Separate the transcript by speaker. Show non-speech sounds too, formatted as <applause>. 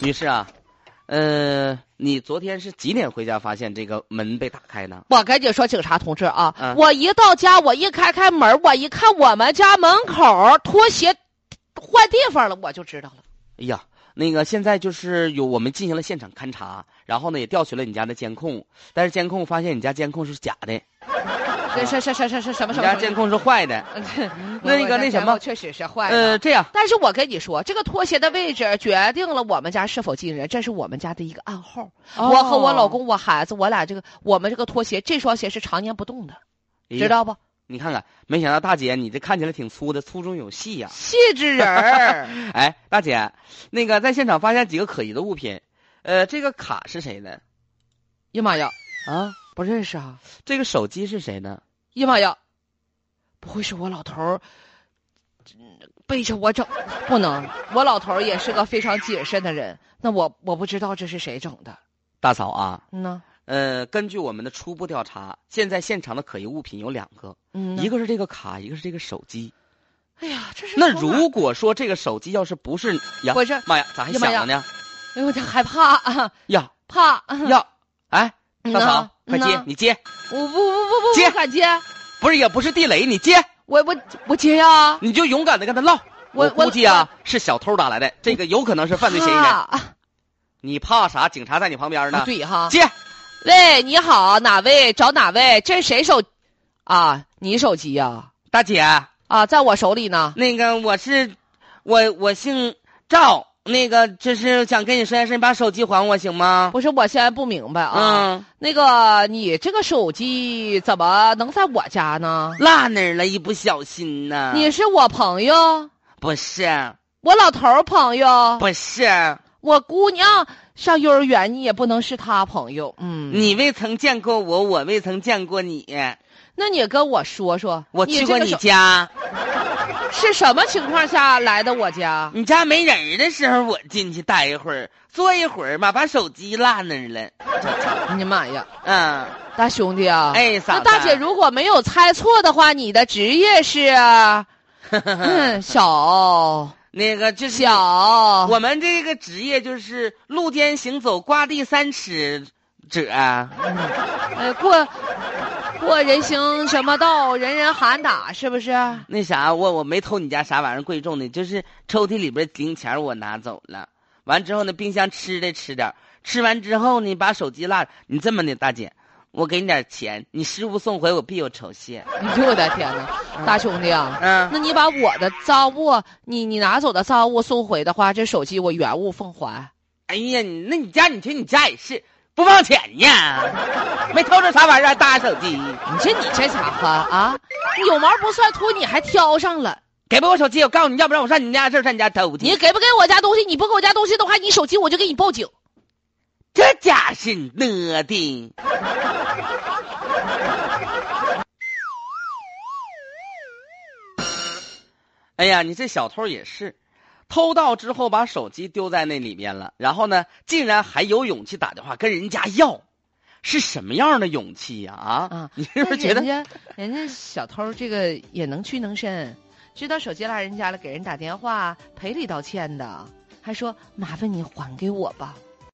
Speaker 1: 女士啊，呃，你昨天是几点回家发现这个门被打开呢？
Speaker 2: 我跟你说，警察同志啊，
Speaker 1: 嗯
Speaker 2: 我一到家，我一开开门，我一看我们家门口拖鞋换地方了，我就知道了。
Speaker 1: 哎呀，那个现在就是有我们进行了现场勘查，然后呢也调取了你家的监控，但是监控发现你家监控是假的，
Speaker 2: 这是是是是是什么
Speaker 1: 你
Speaker 2: 什
Speaker 1: 家
Speaker 2: 么？
Speaker 1: 监控是坏的。
Speaker 2: 嗯
Speaker 1: 那
Speaker 2: 我
Speaker 1: 个
Speaker 2: 我
Speaker 1: 那
Speaker 2: 家
Speaker 1: 什么
Speaker 2: 我确实是坏了。
Speaker 1: 呃，这样，
Speaker 2: 但是我跟你说，这个拖鞋的位置决定了我们家是否进人，这是我们家的一个暗号。我和我老公、我孩子，我俩这个我们这个拖鞋，这双鞋是常年不动的，
Speaker 1: 哎
Speaker 2: 知道不？
Speaker 1: 你看看，没想到大姐你这看起来挺粗的，粗中有细
Speaker 2: <laughs>
Speaker 1: 呀、
Speaker 2: 细致人儿，
Speaker 1: 哎，大姐，那个在现场发现几个可疑的物品，呃，这个卡是谁的
Speaker 2: 呀妈呀，
Speaker 1: 啊？
Speaker 2: 不认识啊！
Speaker 1: 这个手机是谁的？
Speaker 2: 呀妈呀，不会是我老头儿嗯背着我整？不能，我老头儿也是个非常谨慎的人。那我我不知道这是谁整的。
Speaker 1: 大嫂啊，
Speaker 2: 嗯呐，
Speaker 1: 呃，根据我们的初步调查，现在现场的可疑物品有两个，
Speaker 2: 嗯呐，
Speaker 1: 一个是这个卡，一个是这个手机。
Speaker 2: 哎呀，这是
Speaker 1: 那
Speaker 2: 从哪
Speaker 1: 如果说这个手机要是不
Speaker 2: <laughs>
Speaker 1: 是呀，
Speaker 2: 不是？
Speaker 1: 妈呀，咋还
Speaker 2: 呀妈
Speaker 1: 响
Speaker 2: 呀
Speaker 1: 了呢？
Speaker 2: 哎呦，我这害怕啊，
Speaker 1: 呀
Speaker 2: 怕。
Speaker 1: 呀，哎，
Speaker 2: 嗯
Speaker 1: 大嫂
Speaker 2: 呐，
Speaker 1: 快接，！你接，
Speaker 2: 嗯呐我不不不不
Speaker 1: 接
Speaker 2: 不敢接，
Speaker 1: 不是也不是地雷，你接，
Speaker 2: 我我我接呀、
Speaker 1: 你就勇敢的跟他唠。
Speaker 2: 我
Speaker 1: 我估计啊，是小偷打来的，这个有可能是犯罪嫌疑人。
Speaker 2: 怕
Speaker 1: 你怕啥？警察在你旁边呢
Speaker 2: 啊，。对哈。
Speaker 1: 接，
Speaker 2: 喂，你好，哪位？找哪位？这是谁手？啊，你手机呀、啊？
Speaker 1: 大姐，
Speaker 2: 在我手里呢。
Speaker 1: 那个我是，我我姓赵，那个就是想跟你说件事，你把手机还我行吗？
Speaker 2: 不是，我现在不明白啊。
Speaker 1: 嗯，
Speaker 2: 那个，你这个手机怎么能在我家呢？
Speaker 1: 落哪儿了？一不小心呢？
Speaker 2: 你哦是我朋友，
Speaker 1: 不是
Speaker 2: 我老头儿朋友，
Speaker 1: 不是，
Speaker 2: 我姑娘上幼儿园，你也不能是她朋友。嗯，
Speaker 1: 你未曾见过我，我未曾见过你。
Speaker 2: 那你跟我说说，
Speaker 1: 我去过
Speaker 2: 这个
Speaker 1: 你
Speaker 2: 手
Speaker 1: 家，
Speaker 2: 是什么情况下来的我家？
Speaker 1: 你家没人儿的时候，我进去待一会儿，坐一会儿吧，把手机落那儿了。
Speaker 2: 你妈呀，
Speaker 1: 嗯，
Speaker 2: 大兄弟啊！
Speaker 1: 哎，嫂
Speaker 2: 那
Speaker 1: 子，
Speaker 2: 大姐，如果没有猜错的话，你的职业是、嗯、小
Speaker 1: <laughs> 那个就是
Speaker 2: 小
Speaker 1: 我们这个职业就是露天行走，刮地三尺者啊。
Speaker 2: 呃过过人行什么道，人人喊打，是不是？
Speaker 1: 那啥，我我没偷你家啥玩意儿贵重的，就是抽屉里边零钱我拿走了。完之后呢，冰箱吃的吃点儿，吃完之后呢，把手机落。你这么的，大姐，我给你点钱，你失物送回，我必有酬谢。
Speaker 2: 哎呦我的天哪，大兄弟啊！
Speaker 1: 嗯，
Speaker 2: 那你把我的赃物，你你拿走的赃物送回的话，这手机我原物奉还。
Speaker 1: 哎呀，你那你家你听你家也是不放钱呀，没偷着啥玩意儿还搭手机，
Speaker 2: 你这你这家伙啊，你有毛不算秃，你还挑上了。
Speaker 1: 给不给我手机？我告诉你，要不然我上你家这儿上你家偷去。
Speaker 2: 你给不给我家东西？你不给我家东西的话，你手机我就给你报警。
Speaker 1: 这家是哪的？哎呀，你这小偷也是，偷盗之后把手机丢在那里面了，然后呢，竟然还有勇气打电话跟人家要，是什么样的勇气呀、啊？
Speaker 2: 啊
Speaker 1: 你是不是
Speaker 2: 但
Speaker 1: 觉得
Speaker 2: 人家人家小偷这个也能屈能伸，知道手机落人家了，给人打电话赔礼道歉的，还说麻烦你还给我吧。